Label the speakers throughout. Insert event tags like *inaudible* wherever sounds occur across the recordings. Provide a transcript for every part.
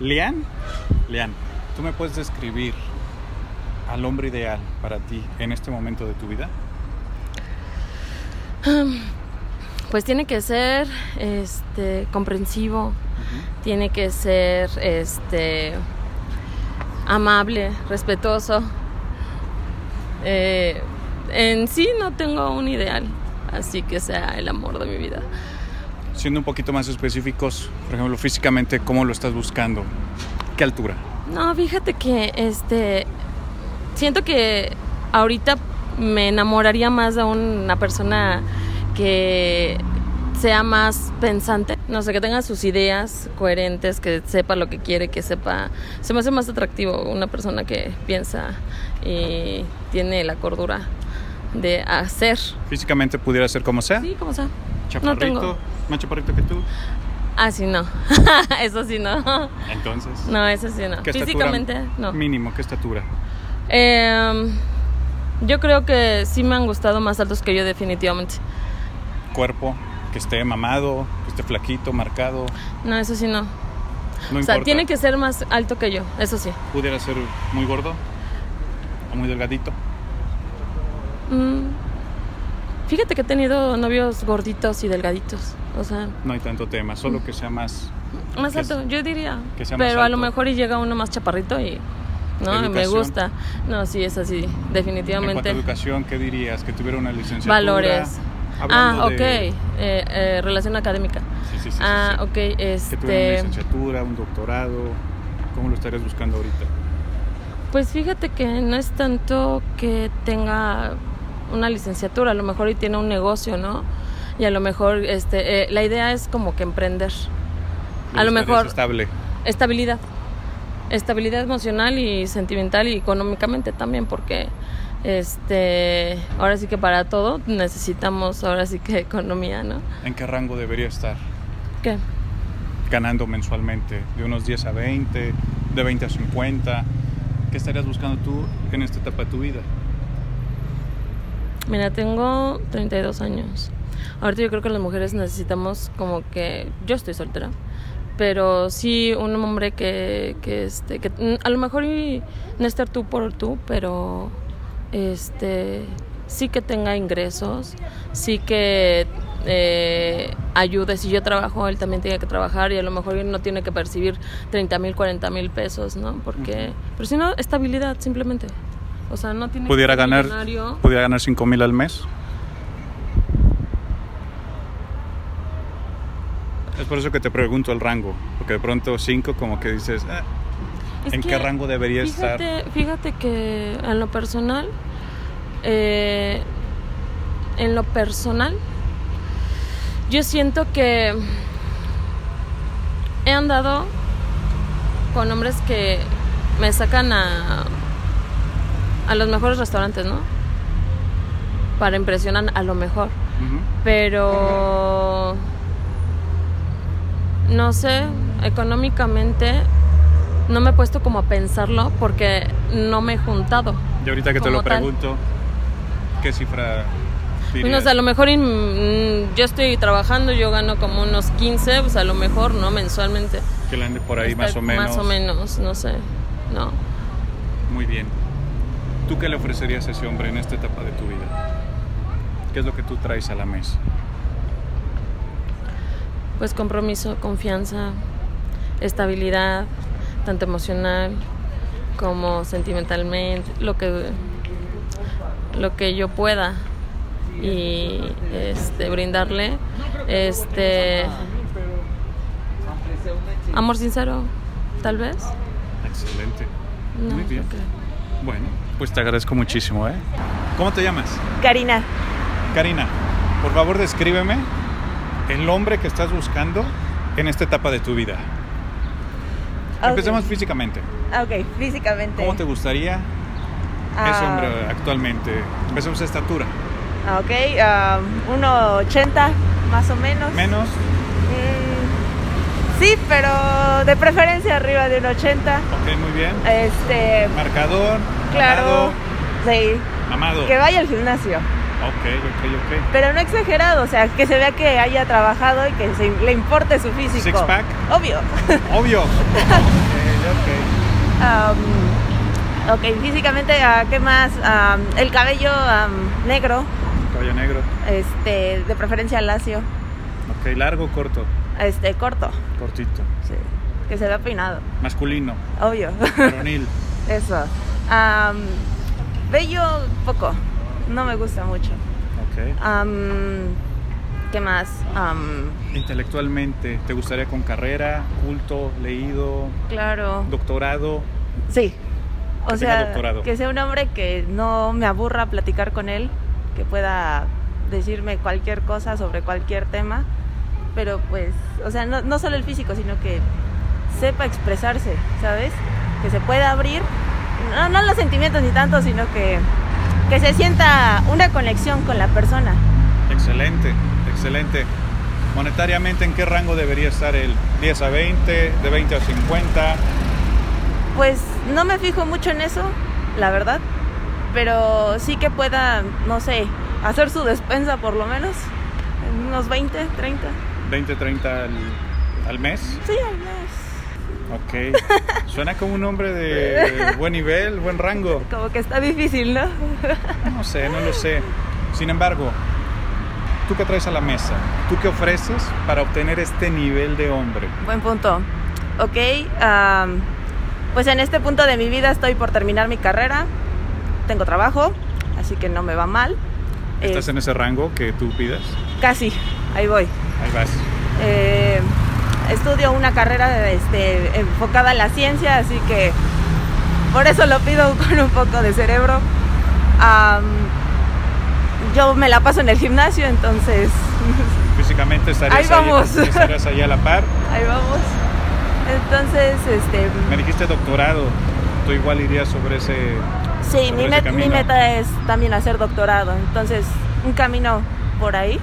Speaker 1: Lian, Lian, ¿tú me puedes describir al hombre ideal para ti en este momento de tu vida?
Speaker 2: Pues tiene que ser este comprensivo,
Speaker 1: Ujú.
Speaker 2: tiene que ser este amable, respetuoso. Eh, en sí no tengo un ideal, así que sea el amor de mi vida.
Speaker 1: Siendo un poquito más específicos, por ejemplo, físicamente, ¿cómo lo estás buscando? ¿Qué altura?
Speaker 2: No, fíjate que este siento que ahorita me enamoraría más de una persona que sea más pensante, no sé, que tenga sus ideas coherentes, que sepa lo que quiere, que sepa, se me hace más atractivo una persona que piensa y tiene la cordura de hacer.
Speaker 1: Físicamente pudiera ser como sea.
Speaker 2: Sí, como sea. No
Speaker 1: Chaparrito,
Speaker 2: tengo.
Speaker 1: más chaparrito que tú.
Speaker 2: Ah, sí, no. *laughs* eso sí, no.
Speaker 1: Entonces,
Speaker 2: No, eso sí, no.
Speaker 1: ¿qué estatura
Speaker 2: Físicamente, no.
Speaker 1: Mínimo, ¿qué estatura?
Speaker 2: Em, yo creo que sí me han gustado más altos que yo definitivamente.
Speaker 1: Cuerpo, que esté mamado, que esté flaquito, marcado.
Speaker 2: No, eso sí no.
Speaker 1: No
Speaker 2: o sea,
Speaker 1: importa.
Speaker 2: tiene que ser más alto que yo, eso sí.
Speaker 1: Pudiera ser muy gordo o muy delgadito.
Speaker 2: Mm, Fíjate que he tenido novios gorditos y delgaditos. O sea,
Speaker 1: No hay tanto tema,
Speaker 2: Mm.
Speaker 1: solo que sea más
Speaker 2: más
Speaker 1: Que es-
Speaker 2: alto, yo diría.
Speaker 1: que sea más
Speaker 2: Pero a lo
Speaker 1: alto.
Speaker 2: mejor y llega uno más chaparrito y no, me
Speaker 1: Educación.
Speaker 2: gusta. No, sí, es así,
Speaker 1: En cuanto a
Speaker 2: definitivamente.
Speaker 1: educación, ¿qué dirías? Que tuviera una licenciatura.
Speaker 2: Valores.
Speaker 1: Hablando
Speaker 2: ah, ok.
Speaker 1: de-
Speaker 2: Eh, eh, relación académica.
Speaker 1: Sí, sí, sí, sí,
Speaker 2: ah,
Speaker 1: sí.
Speaker 2: ok.
Speaker 1: Que tuviera una
Speaker 2: Este.
Speaker 1: licenciatura, un doctorado. ¿Cómo lo estarías buscando ahorita?
Speaker 2: Pues fíjate que no es tanto que tenga una licenciatura, a lo mejor y tiene un negocio, ¿no? Y a lo mejor este eh, la idea es como que emprender.
Speaker 1: ¿Le
Speaker 2: A lo
Speaker 1: gustaría
Speaker 2: mejor-
Speaker 1: ser estable.
Speaker 2: Estabilidad. Estabilidad emocional y sentimental y económicamente también porque este ahora sí que para todo necesitamos ahora sí que economía, ¿no?
Speaker 1: ¿En qué rango debería estar?
Speaker 2: ¿Qué?
Speaker 1: Ganando mensualmente, de unos 10 a 20, de 20 a 50. ¿Qué estarías buscando tú en esta etapa de tu vida?
Speaker 2: Mira, tengo 32 años. Ahorita yo creo que las mujeres necesitamos como que yo estoy soltera, pero sí un hombre que que este que mm, a lo mejor y no estar tú por tú, pero este sí que tenga ingresos, sí que eh, ayude. Si yo trabajo, él también tiene que trabajar y a lo mejor él no tiene que percibir 30 mil, 40 mil pesos, ¿no? Porque, pero si no, estabilidad simplemente. O sea, no tiene que
Speaker 1: Pudiera
Speaker 2: ser
Speaker 1: ganar,
Speaker 2: Este millonario.
Speaker 1: pudiera ganar 5 mil al mes. Es por eso que te pregunto el rango, porque de pronto 5 como que dices, "Ah,
Speaker 2: Es
Speaker 1: ¿En qué
Speaker 2: que
Speaker 1: rango debería
Speaker 2: fíjate,
Speaker 1: estar?
Speaker 2: Fíjate que en lo personal, eh, en lo personal, yo siento que he andado con hombres que me sacan a, a los mejores restaurantes, ¿no? Para impresionar a lo mejor.
Speaker 1: ujú.
Speaker 2: Pero no sé, económicamente no me he puesto como a pensarlo porque no me he juntado.
Speaker 1: Y ahorita que te
Speaker 2: como
Speaker 1: lo
Speaker 2: tal.
Speaker 1: pregunto, ¿qué cifra
Speaker 2: Bueno, o
Speaker 1: dirías?
Speaker 2: sea, a lo mejor in- mm, yo estoy trabajando, yo gano como unos 15, pues a lo mejor, ¿no? Mensualmente.
Speaker 1: que le ande por ahí
Speaker 2: Está
Speaker 1: más o menos?
Speaker 2: Más o menos, no sé. No.
Speaker 1: Muy bien. ¿Tú qué le ofrecerías a ese hombre en esta etapa de tu vida? ¿Qué es lo que tú traes a la mesa?
Speaker 2: Pues compromiso, confianza, estabilidad, tanto emocional como sentimentalmente, lo que lo que yo pueda y este brindarle este amor sincero, tal vez.
Speaker 1: Excelente.
Speaker 2: No,
Speaker 1: Muy bien.
Speaker 2: yo creo.
Speaker 1: Bueno, pues te agradezco muchísimo, ¿eh? ¿Cómo te llamas?
Speaker 3: Karina,
Speaker 1: Karina, por favor descríbeme el hombre que estás buscando en esta etapa de tu vida.
Speaker 3: Ah, ok.
Speaker 1: Empecemos físicamente.
Speaker 3: ah, ok, físicamente.
Speaker 1: ¿Cómo te gustaría ese
Speaker 3: Ah,
Speaker 1: hombre actualmente? Empecemos estatura.
Speaker 3: ah, Ok, ah, 1.80 más o menos.
Speaker 1: Menos,
Speaker 3: Mm, sí, pero de preferencia arriba de 1.80.
Speaker 1: ok, muy bien.
Speaker 3: Este,
Speaker 1: Marcador,
Speaker 3: claro. Sí,
Speaker 1: amado.
Speaker 3: que vaya al gimnasio.
Speaker 1: Ok, ok, ok. *laughs*
Speaker 3: Pero no exagerado, o sea, que se vea que haya trabajado y que se- le importe su físico. *laughs*
Speaker 1: Six pack.
Speaker 3: Obvio.
Speaker 1: Obvio. Ok. Ok.
Speaker 3: Am, Um, ok, físicamente, ah, ¿qué más? Am, el cabello am, negro,
Speaker 1: Cabello negro.
Speaker 3: este, de preferencia lacio,
Speaker 1: Ok, largo, corto.
Speaker 3: este, corto,
Speaker 1: Cortito.
Speaker 3: sí, que se vea peinado, *laughs*
Speaker 1: Masculino.
Speaker 3: obvio.
Speaker 1: Varonil.
Speaker 3: Eso. Am, bello, poco. No me gusta mucho.
Speaker 1: Ok.
Speaker 3: Am, ¿Qué más? Am,
Speaker 1: Intelectualmente, ¿te gustaría con carrera, culto, leído,
Speaker 3: claro.
Speaker 1: doctorado?
Speaker 3: Sí.
Speaker 1: Que
Speaker 3: O
Speaker 1: tenga
Speaker 3: sea,
Speaker 1: doctorado.
Speaker 3: que sea un hombre que no me aburra platicar con él, que pueda decirme cualquier cosa sobre cualquier tema, pero pues, o sea, no, no solo el físico, sino que sepa expresarse, ¿sabes? Que se pueda abrir, no, no los sentimientos ni tanto, sino que, que se sienta una conexión con la persona.
Speaker 1: Excelente, excelente. Monetariamente, ¿en qué rango debería estar el 10 a 20, de 20 a 50?
Speaker 3: Pues no me fijo mucho en eso, la verdad, pero sí que pueda, no sé, hacer su despensa por lo menos, en unos 20, 30.
Speaker 1: 20, 30 al, al mes.
Speaker 3: Sí, al mes. *laughs*
Speaker 1: Ok. Suena como un hombre de buen nivel, buen rango.
Speaker 3: Como que está difícil, ¿no? *laughs*
Speaker 1: No sé, no lo sé. Sin embargo, ¿tú qué traes a la mesa? ¿Tú qué ofreces para obtener este nivel de hombre?
Speaker 3: Buen punto. Ok, am, pues en este punto de mi vida estoy por terminar mi carrera, tengo trabajo, así que no me va mal.
Speaker 1: ¿Estás
Speaker 3: Eh,
Speaker 1: en ese rango que tú pidas?
Speaker 3: Casi, ahí voy.
Speaker 1: Ahí vas.
Speaker 3: Eh, estudio una carrera este, enfocada a la ciencia, así que por eso lo pido *laughs* con un poco de cerebro. Am, yo me la paso en el gimnasio, entonces
Speaker 1: Físicamente estarías
Speaker 3: Ahí vamos.
Speaker 1: Ahí, estarías ahí a la par.
Speaker 3: ahí vamos. Entonces, este,
Speaker 1: Me dijiste doctorado. Tú igual irías sobre ese.
Speaker 3: sí,
Speaker 1: sobre
Speaker 3: mi,
Speaker 1: ese
Speaker 3: met- mi
Speaker 1: camino.
Speaker 3: meta es también hacer doctorado, entonces un camino por ahí,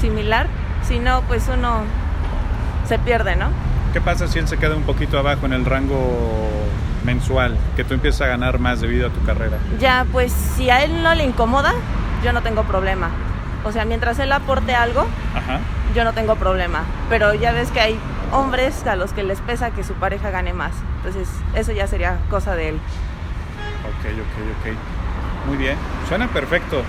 Speaker 3: similar, si no, pues uno se pierde, ¿no?
Speaker 1: ¿Qué pasa si él se queda un poquito abajo en el rango mensual? Que tú empiezas a ganar más debido a tu carrera.
Speaker 3: Ya, pues si a él no le incomoda, yo no tengo problema. O sea, mientras él aporte algo,
Speaker 1: Ajá.
Speaker 3: yo no tengo problema. Pero ya ves que hay hombres a los que les pesa que su pareja gane más. Entonces, eso ya sería cosa de él.
Speaker 1: Ok, ok, ok. Muy bien. Suena perfecto.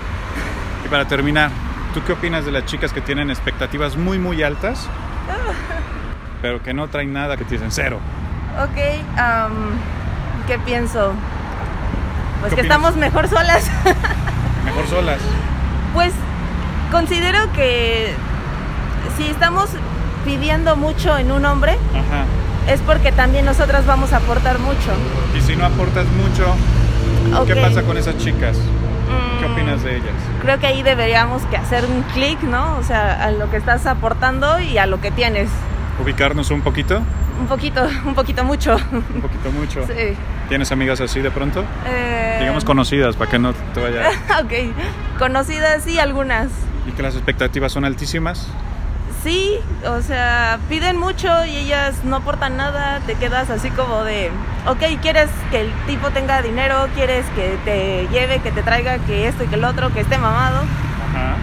Speaker 1: Y para terminar, ¿tú qué opinas de las chicas que tienen expectativas muy, muy altas? Pero que no traen nada, que te dicen cero.
Speaker 3: Ok, am, ¿qué pienso? Pues
Speaker 1: ¿Qué
Speaker 3: que
Speaker 1: opinas?
Speaker 3: estamos mejor solas. *laughs*
Speaker 1: Mejor solas.
Speaker 3: Pues considero que si estamos pidiendo mucho en un hombre,
Speaker 1: Ajá.
Speaker 3: es porque también nosotras vamos a aportar mucho.
Speaker 1: Y si no aportas mucho,
Speaker 3: Ok.
Speaker 1: ¿qué pasa con esas chicas? ¿Qué
Speaker 3: Mm.
Speaker 1: opinas de ellas?
Speaker 3: creo que ahí deberíamos que hacer un clic, ¿no? O sea, a lo que estás aportando y a lo que tienes.
Speaker 1: ¿Ubicarnos un poquito?
Speaker 3: Un poquito, *laughs* un poquito mucho.
Speaker 1: Un poquito mucho.
Speaker 3: Sí.
Speaker 1: ¿Tienes amigas así de pronto?
Speaker 3: Eh,
Speaker 1: Digamos conocidas, para que no te vaya.
Speaker 3: *laughs* Ok. Conocidas sí, algunas.
Speaker 1: Y que las expectativas son altísimas.
Speaker 3: Sí, o sea, piden mucho y ellas no aportan nada. Te quedas así como de, ok, quieres que el tipo tenga dinero, quieres que te lleve, que te traiga, que esto y que el otro, que esté mamado.
Speaker 1: Ajá.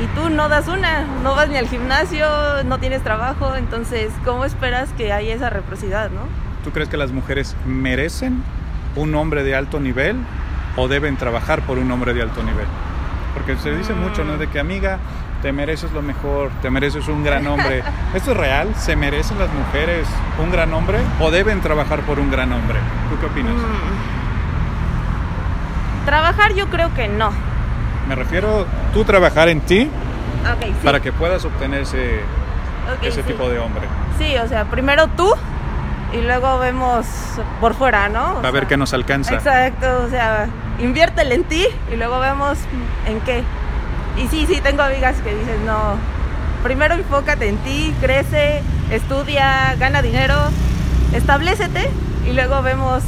Speaker 3: Y tú no das una, no vas ni al gimnasio, no tienes trabajo. Entonces, ¿cómo esperas que haya esa reciprocidad, no?
Speaker 1: ¿Tú crees que las mujeres merecen un hombre de alto nivel o deben trabajar por un hombre de alto nivel? Porque se dice
Speaker 3: Mm.
Speaker 1: mucho, ¿no? De que amiga, te mereces lo mejor, te mereces un gran
Speaker 3: *laughs*
Speaker 1: hombre. ¿Esto es real? ¿Se merecen las mujeres un gran hombre o deben trabajar por un gran hombre? ¿Tú qué opinas?
Speaker 3: Mm. Trabajar yo creo que no.
Speaker 1: Me refiero tú trabajar en ti
Speaker 3: Ok, sí.
Speaker 1: para que puedas obtener ese,
Speaker 3: Ok,
Speaker 1: ese
Speaker 3: sí.
Speaker 1: tipo de hombre.
Speaker 3: Sí, o sea, primero tú y luego vemos por fuera, ¿no? O
Speaker 1: a ver
Speaker 3: sea,
Speaker 1: qué nos alcanza.
Speaker 3: Exacto, o sea, inviértele en ti y luego vemos en qué. Y sí, sí, tengo amigas que dicen, no, primero enfócate en ti, crece, estudia, gana dinero, establecete y luego vemos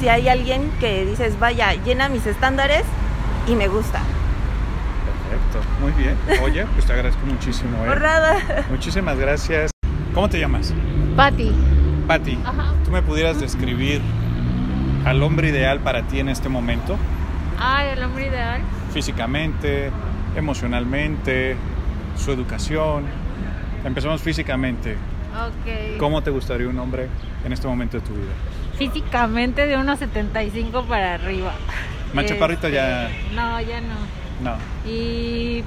Speaker 3: si hay alguien que dices, vaya, llena mis estándares y me gusta.
Speaker 1: Perfecto, muy bien. Oye, pues te agradezco muchísimo. ¿eh?
Speaker 3: Por nada. *laughs*
Speaker 1: Muchísimas gracias. ¿Cómo te llamas?
Speaker 4: Patti,
Speaker 1: Patti, ¿tú me pudieras describir al hombre ideal para ti en este momento?
Speaker 2: Ah,
Speaker 4: ay, el hombre ideal.
Speaker 1: Físicamente, emocionalmente, su educación. Empezamos físicamente.
Speaker 4: Ok.
Speaker 1: ¿Cómo te gustaría un hombre en este momento de tu vida?
Speaker 5: Físicamente de 1.75 para arriba.
Speaker 1: Más
Speaker 5: Este,
Speaker 1: chaparrito ya-
Speaker 5: No, ya no.
Speaker 1: No.
Speaker 5: Y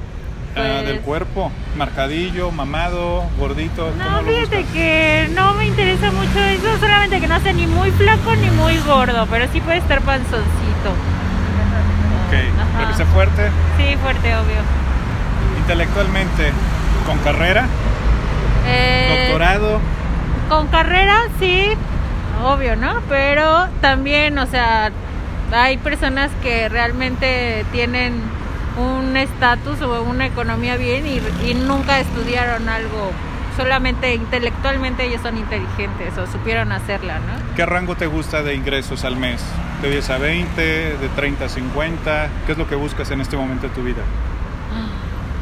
Speaker 1: Ah, del
Speaker 5: pues,
Speaker 1: cuerpo, marcadillo, mamado, gordito. ¿cómo
Speaker 5: No,
Speaker 1: lo
Speaker 5: fíjate
Speaker 1: buscas?
Speaker 5: que no me interesa mucho eso, solamente que no sea ni muy flaco ni muy gordo, pero sí puede estar panzoncito.
Speaker 1: Ok,
Speaker 5: Ajá.
Speaker 1: pero que sea fuerte,
Speaker 5: Sí, fuerte, obvio.
Speaker 1: intelectualmente, con carrera,
Speaker 5: Eh,
Speaker 1: doctorado.
Speaker 5: Con carrera, sí, obvio, ¿no? Pero también, o sea, hay personas que realmente tienen un estatus o una economía bien y, y nunca estudiaron algo, solamente intelectualmente ellos son inteligentes o supieron hacerla, ¿no?
Speaker 1: ¿Qué rango te gusta de ingresos al mes? ¿De 10 a 20? ¿De 30 a 50? ¿Qué es lo que buscas en este momento de tu vida?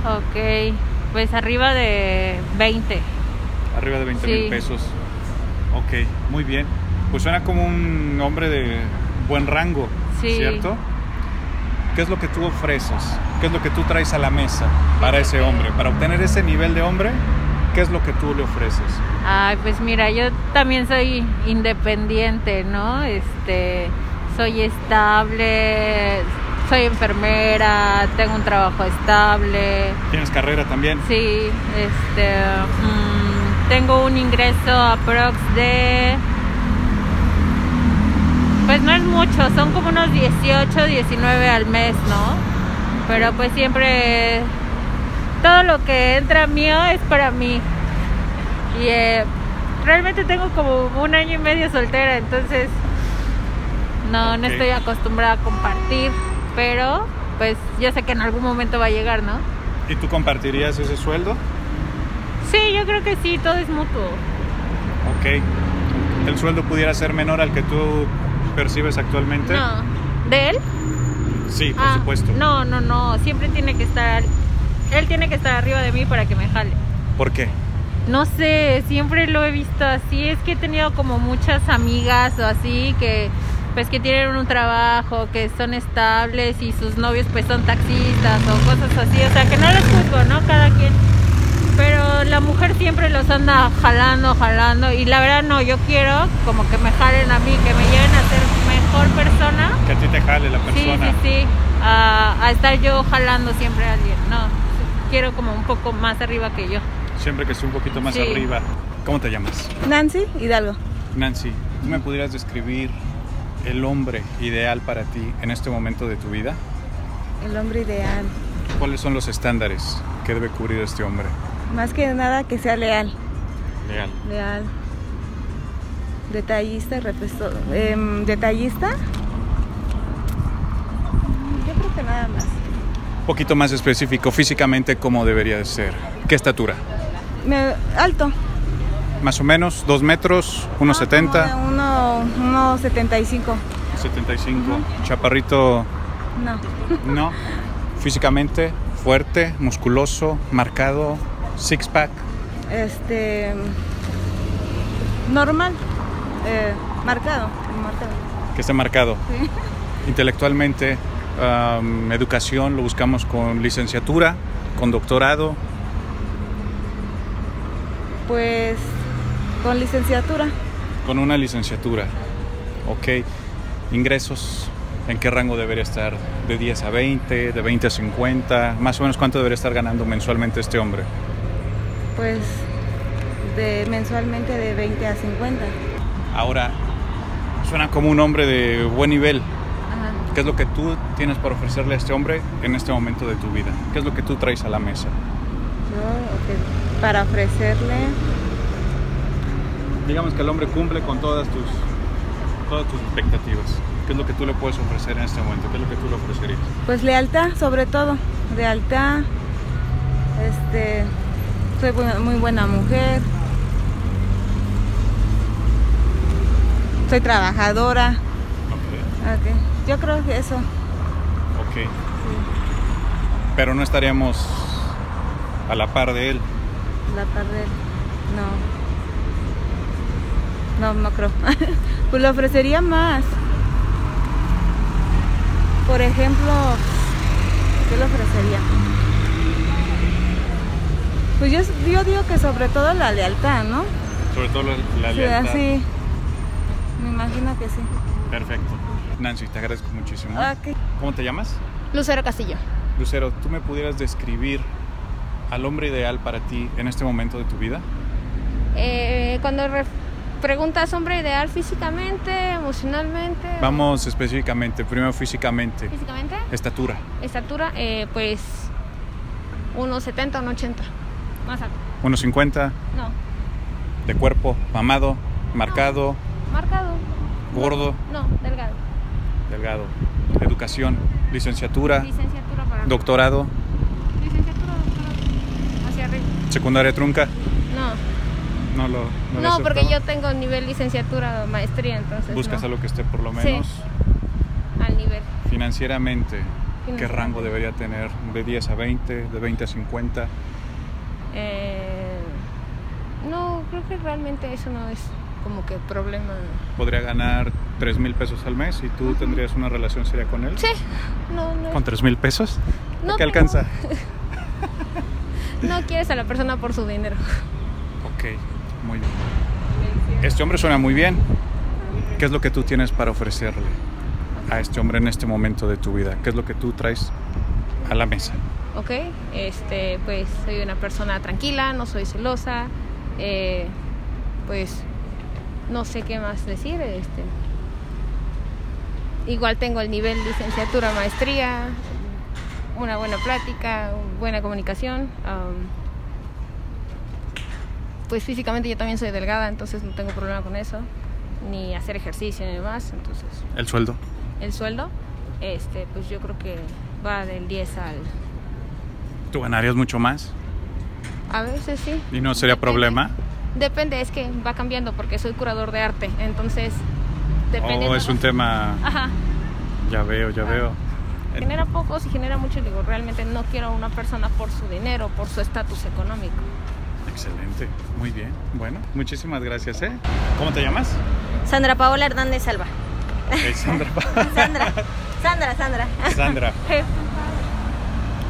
Speaker 5: Ok, pues arriba de 20.
Speaker 1: Arriba de 20 mil
Speaker 5: Sí.
Speaker 1: pesos. Ok, muy bien. Pues suena como un hombre de buen rango,
Speaker 5: Sí.
Speaker 1: ¿cierto? ¿Qué es lo que tú ofreces? ¿Qué es lo que tú traes a la mesa para ese hombre? Para obtener ese nivel de hombre, ¿qué es lo que tú le ofreces?
Speaker 5: Ay, pues mira, yo también soy independiente, ¿no? Este, soy estable, soy enfermera, tengo un trabajo estable.
Speaker 1: ¿Tienes carrera también?
Speaker 5: Sí, este, mm, tengo un ingreso aprox de pues no es mucho, son como unos 18, 19 al mes, ¿no? Pero pues siempre todo lo que entra mío es para mí. Y eh, realmente tengo como un año y medio soltera, entonces no, no
Speaker 1: Ok.
Speaker 5: estoy acostumbrada a compartir, pero pues yo sé que en algún momento va a llegar, ¿no?
Speaker 1: ¿Y tú compartirías ese sueldo?
Speaker 5: Sí, yo creo que sí, todo es mutuo.
Speaker 1: Ok. ¿El sueldo pudiera ser menor al que tú percibes actualmente?
Speaker 5: No. ¿De él?
Speaker 1: Sí, por
Speaker 5: Ah,
Speaker 1: supuesto.
Speaker 5: No, no, no, siempre tiene que estar él tiene que estar arriba de mí para que me jale.
Speaker 1: ¿Por qué?
Speaker 5: No sé, siempre lo he visto así, es que he tenido como muchas amigas o así que pues que tienen un trabajo, que son estables y sus novios pues son taxistas o cosas así, o sea, que no los juzgo, ¿no? Cada quien. Pero la mujer siempre los anda jalando, jalando y la verdad no, yo quiero como que me jalen a mí, que me lleven a ser mejor persona.
Speaker 1: Que a ti te jale la
Speaker 5: Sí,
Speaker 1: persona.
Speaker 5: sí, sí. A, a estar yo jalando siempre a alguien. No, quiero como un poco más arriba que yo.
Speaker 1: Siempre que esté un poquito más
Speaker 5: Sí.
Speaker 1: arriba. ¿Cómo te llamas?
Speaker 3: Nancy Hidalgo.
Speaker 1: Nancy, ¿tú me pudieras describir el hombre ideal para ti en este momento de tu vida?
Speaker 3: El hombre ideal.
Speaker 1: ¿Cuáles son los estándares que debe cubrir este hombre?
Speaker 3: Más que nada que sea leal.
Speaker 1: Leal.
Speaker 3: Leal. Detallista, repuesto. em, detallista. Mm, Yo creo que nada más.
Speaker 1: Un poquito más específico, físicamente, ¿cómo debería de ser? ¿Qué estatura?
Speaker 3: Me- alto.
Speaker 1: ¿Más o menos? ¿Dos
Speaker 5: Ah,
Speaker 1: metros? ¿Unos
Speaker 3: Como
Speaker 1: 70?
Speaker 3: de Uno, uno 75.
Speaker 1: 75. ¿Chaparrito?
Speaker 3: No.
Speaker 1: No. ¿Físicamente? ¿Fuerte? ¿Musculoso? ¿Marcado? ¿Six-pack?
Speaker 3: Este. Normal. Eh, marcado. Marcado.
Speaker 1: Que esté marcado. Intelectualmente, am, educación, lo buscamos con licenciatura, con doctorado.
Speaker 3: Pues. Con licenciatura.
Speaker 1: Con una licenciatura. Ok. Ingresos. ¿En qué rango debería estar? ¿De 10 a 20? ¿De 20 a 50? Más o menos cuánto debería estar ganando mensualmente este hombre.
Speaker 3: Pues. De mensualmente de 20 a 50.
Speaker 1: Ahora, suena como un hombre de buen nivel. ¿Qué es lo que tú tienes para ofrecerle a este hombre en este momento de tu vida? ¿Qué es lo que tú traes a la mesa?
Speaker 3: Yo, ok, Para ofrecerle.
Speaker 1: Digamos que el hombre cumple con todas tus, todas tus expectativas. ¿Qué es lo que tú le puedes ofrecer en este momento? ¿Qué es lo que tú le ofrecerías?
Speaker 3: Pues lealtad, sobre todo. Lealtad. Este. Soy bu- muy buena mujer. Soy trabajadora. Ok, Yo creo que eso.
Speaker 1: Ok. Pero no estaríamos a la par de él.
Speaker 3: La tarde. No. No, no creo. *laughs* pues le ofrecería más. Por ejemplo, ¿qué le ofrecería? Pues yo, yo digo que sobre todo la lealtad, ¿no?
Speaker 1: Sobre todo la, la
Speaker 3: Sí,
Speaker 1: lealtad.
Speaker 3: así. Me
Speaker 6: imagino que sí.
Speaker 1: Perfecto. Nancy, te agradezco muchísimo.
Speaker 6: Ok.
Speaker 1: ¿Cómo te llamas?
Speaker 4: Lucero Castillo.
Speaker 1: Lucero, ¿tú me pudieras describir al hombre ideal para ti en este momento de tu vida?
Speaker 4: Eh, cuando re- preguntas hombre ideal físicamente, emocionalmente. o-
Speaker 1: Vamos específicamente, primero físicamente,
Speaker 4: Físicamente,
Speaker 1: estatura.
Speaker 4: estatura, eh, pues unos 70, unos 80. Más alto.
Speaker 1: 1.50,
Speaker 4: No,
Speaker 1: de cuerpo, mamado, marcado,
Speaker 4: marcado.
Speaker 1: gordo,
Speaker 4: No, delgado.
Speaker 1: delgado. Educación, licenciatura,
Speaker 4: Licenciatura para.
Speaker 1: doctorado,
Speaker 4: Licenciatura, doctorado. Hacia arriba.
Speaker 1: secundaria trunca.
Speaker 4: No.
Speaker 1: No lo.
Speaker 4: No,
Speaker 1: lo
Speaker 4: porque yo
Speaker 1: aceptaba.
Speaker 4: tengo nivel licenciatura, maestría, entonces.
Speaker 1: Buscas
Speaker 4: no.
Speaker 1: algo que esté por lo
Speaker 4: Sí.
Speaker 1: menos
Speaker 4: Al nivel.
Speaker 1: financieramente. ¿Qué
Speaker 4: Financieramente.
Speaker 1: rango debería tener? ¿De 10 a 20? ¿De 20 a 50?
Speaker 4: Eh, no, creo que realmente eso no es como que problema.
Speaker 1: ¿Podría ganar 3 mil pesos al mes y tú tendrías una relación seria con él?
Speaker 4: Sí, no, no. es-
Speaker 1: ¿Con 3 mil pesos?
Speaker 4: no
Speaker 1: ¿Qué
Speaker 4: tengo-
Speaker 1: alcanza?
Speaker 4: No quieres a la persona por su dinero. *laughs*
Speaker 1: Ok, muy bien. Este hombre suena muy bien. ¿Qué es lo que tú tienes para ofrecerle a este hombre en este momento de tu vida? ¿Qué es lo que tú traes a la mesa?
Speaker 4: Ok, este, pues soy una persona tranquila, no soy celosa, eh, pues no sé qué más decir, este. Igual tengo el nivel licenciatura, maestría, una buena plática, buena comunicación. am, pues físicamente yo también soy delgada, entonces no tengo problema con eso, ni hacer ejercicio ni demás, entonces
Speaker 1: El sueldo.
Speaker 4: el sueldo, este, pues yo creo que va del 10 al
Speaker 1: ¿Tú ganarías mucho más?
Speaker 4: A veces sí.
Speaker 1: ¿Y no sería problema?
Speaker 4: Depende, es que va cambiando porque soy curador de arte. Entonces, depende.
Speaker 1: ¿O Oh, es un tema...
Speaker 4: Ajá.
Speaker 1: Ya veo, ya veo.
Speaker 4: Genera poco, si genera mucho, digo, realmente no quiero a una persona por su dinero, por su estatus económico.
Speaker 1: Excelente, muy bien. Bueno, muchísimas gracias, ¿eh? ¿Cómo te llamas?
Speaker 6: Sandra Paola
Speaker 1: *laughs*
Speaker 6: Hernández Alba.
Speaker 1: Eh, Sandra.
Speaker 4: *laughs*
Speaker 6: Sandra. Sandra, Sandra.
Speaker 1: Sandra.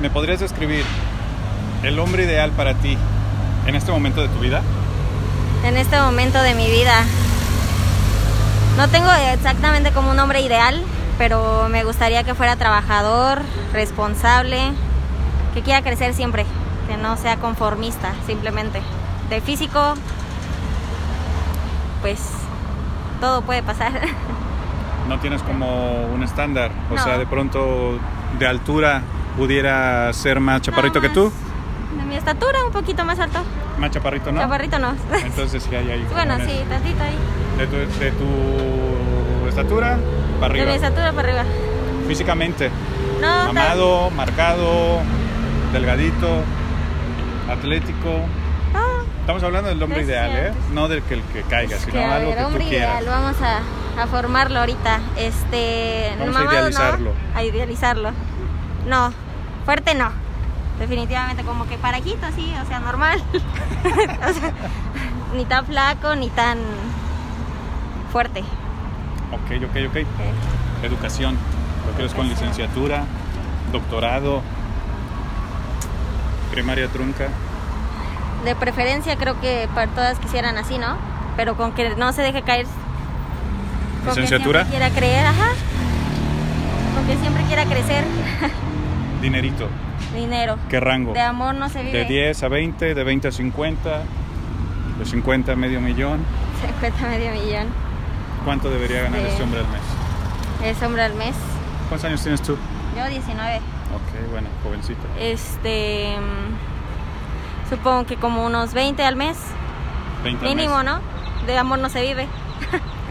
Speaker 1: ¿Me podrías describir el hombre ideal para ti en este momento de tu vida?
Speaker 6: En este momento de mi vida. No tengo exactamente como un hombre ideal, pero me gustaría que fuera trabajador, responsable, que quiera crecer siempre, que no sea conformista, simplemente. De físico, pues todo puede pasar.
Speaker 1: No tienes como un estándar, o
Speaker 6: No.
Speaker 1: sea, de pronto de altura pudiera ser más chaparrito que tú,
Speaker 6: De mi estatura, un poquito más alto.
Speaker 1: más chaparrito, ¿no?
Speaker 6: Chaparrito no.
Speaker 1: Entonces sí hay ahí. como
Speaker 6: bueno,
Speaker 1: un-
Speaker 6: sí, tantito ahí.
Speaker 1: De tu, de tu estatura para
Speaker 6: De mi
Speaker 1: arriba.
Speaker 6: estatura para arriba.
Speaker 1: Físicamente,
Speaker 6: No, tal-
Speaker 1: mamado, marcado, delgadito, atlético. Estamos hablando del hombre
Speaker 6: Ah. No es
Speaker 1: ideal, ¿eh?
Speaker 6: cierto.
Speaker 1: No del que el que caiga,
Speaker 6: Es
Speaker 1: sino
Speaker 6: que, a
Speaker 1: algo
Speaker 6: ver,
Speaker 1: que tú
Speaker 6: hombre
Speaker 1: quieras.
Speaker 6: ideal, vamos a, a formarlo ahorita. Este,
Speaker 1: Vamos a
Speaker 6: mamado
Speaker 1: idealizarlo.
Speaker 6: No, a idealizarlo. No, fuerte no. Definitivamente, como que parejito, sí, o sea, normal. *laughs* O sea, ni tan flaco, ni tan fuerte.
Speaker 1: Ok, ok, ok. Educación. Lo quieres con
Speaker 6: Educación.
Speaker 1: licenciatura, doctorado, primaria trunca.
Speaker 6: De preferencia, creo que para todas quisieran así, ¿no? Pero con que no se deje caer. Con
Speaker 1: ¿Licenciatura?
Speaker 6: Que siempre quiera creer, ajá. Con que siempre quiera crecer.
Speaker 1: Dinerito.
Speaker 6: Dinero.
Speaker 1: ¿Qué rango?
Speaker 6: De amor no se vive.
Speaker 1: De 10 a 20, de 20 a 50, de 50 a medio millón.
Speaker 6: *laughs* 50 medio millón.
Speaker 1: ¿Cuánto debería ganar
Speaker 6: Sí.
Speaker 1: este hombre al mes?
Speaker 6: Es hombre al mes.
Speaker 1: ¿Cuántos años tienes tú?
Speaker 6: Yo 19.
Speaker 1: Ok, bueno, jovencito.
Speaker 6: Este. mm, Supongo que como unos 20 al mes.
Speaker 1: 20 al
Speaker 6: Mínimo,
Speaker 1: mes.
Speaker 6: ¿no? De amor no se vive.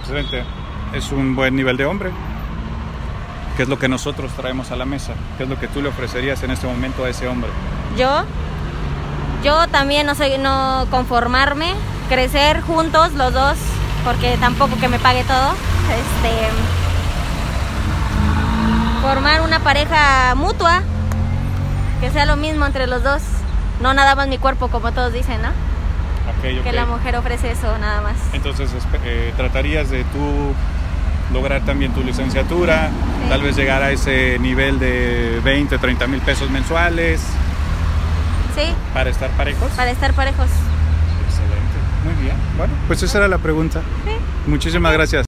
Speaker 1: Excelente. Es un buen nivel de hombre. ¿Qué es lo que nosotros traemos a la mesa? ¿Qué es lo que tú le ofrecerías en este momento a ese hombre?
Speaker 6: Yo. Yo también no soy. No conformarme. Crecer juntos los dos. Porque tampoco que me pague todo. Este. Formar una pareja mutua. Que sea lo mismo entre los dos. No nada más mi cuerpo, como todos dicen, ¿no?
Speaker 1: Ok, ok.
Speaker 6: Que la mujer ofrece eso nada más.
Speaker 1: Entonces, espe- eh, tratarías de tú lograr también tu licenciatura,
Speaker 6: Sí.
Speaker 1: tal vez llegar a ese nivel de 20, 30 mil pesos mensuales
Speaker 6: Sí,
Speaker 1: para estar parejos.
Speaker 6: para estar parejos.
Speaker 1: Excelente. Muy bien. Bueno, pues esa era la pregunta. Muchísimas gracias.